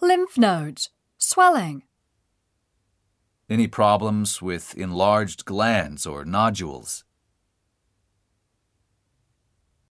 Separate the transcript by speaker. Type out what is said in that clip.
Speaker 1: lymph nodes, swelling.
Speaker 2: Any problems with enlarged glands or nodules?